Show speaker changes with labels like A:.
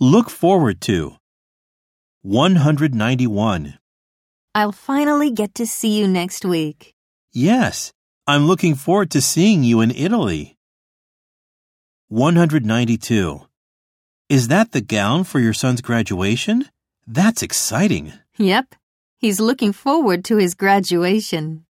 A: Look forward to 191.
B: I'll finally get to see you next week.
A: Yes, I'm looking forward to seeing you in Italy. 192. Is that the gown for your son's graduation? That's exciting.
B: Yep. He's looking forward to his graduation.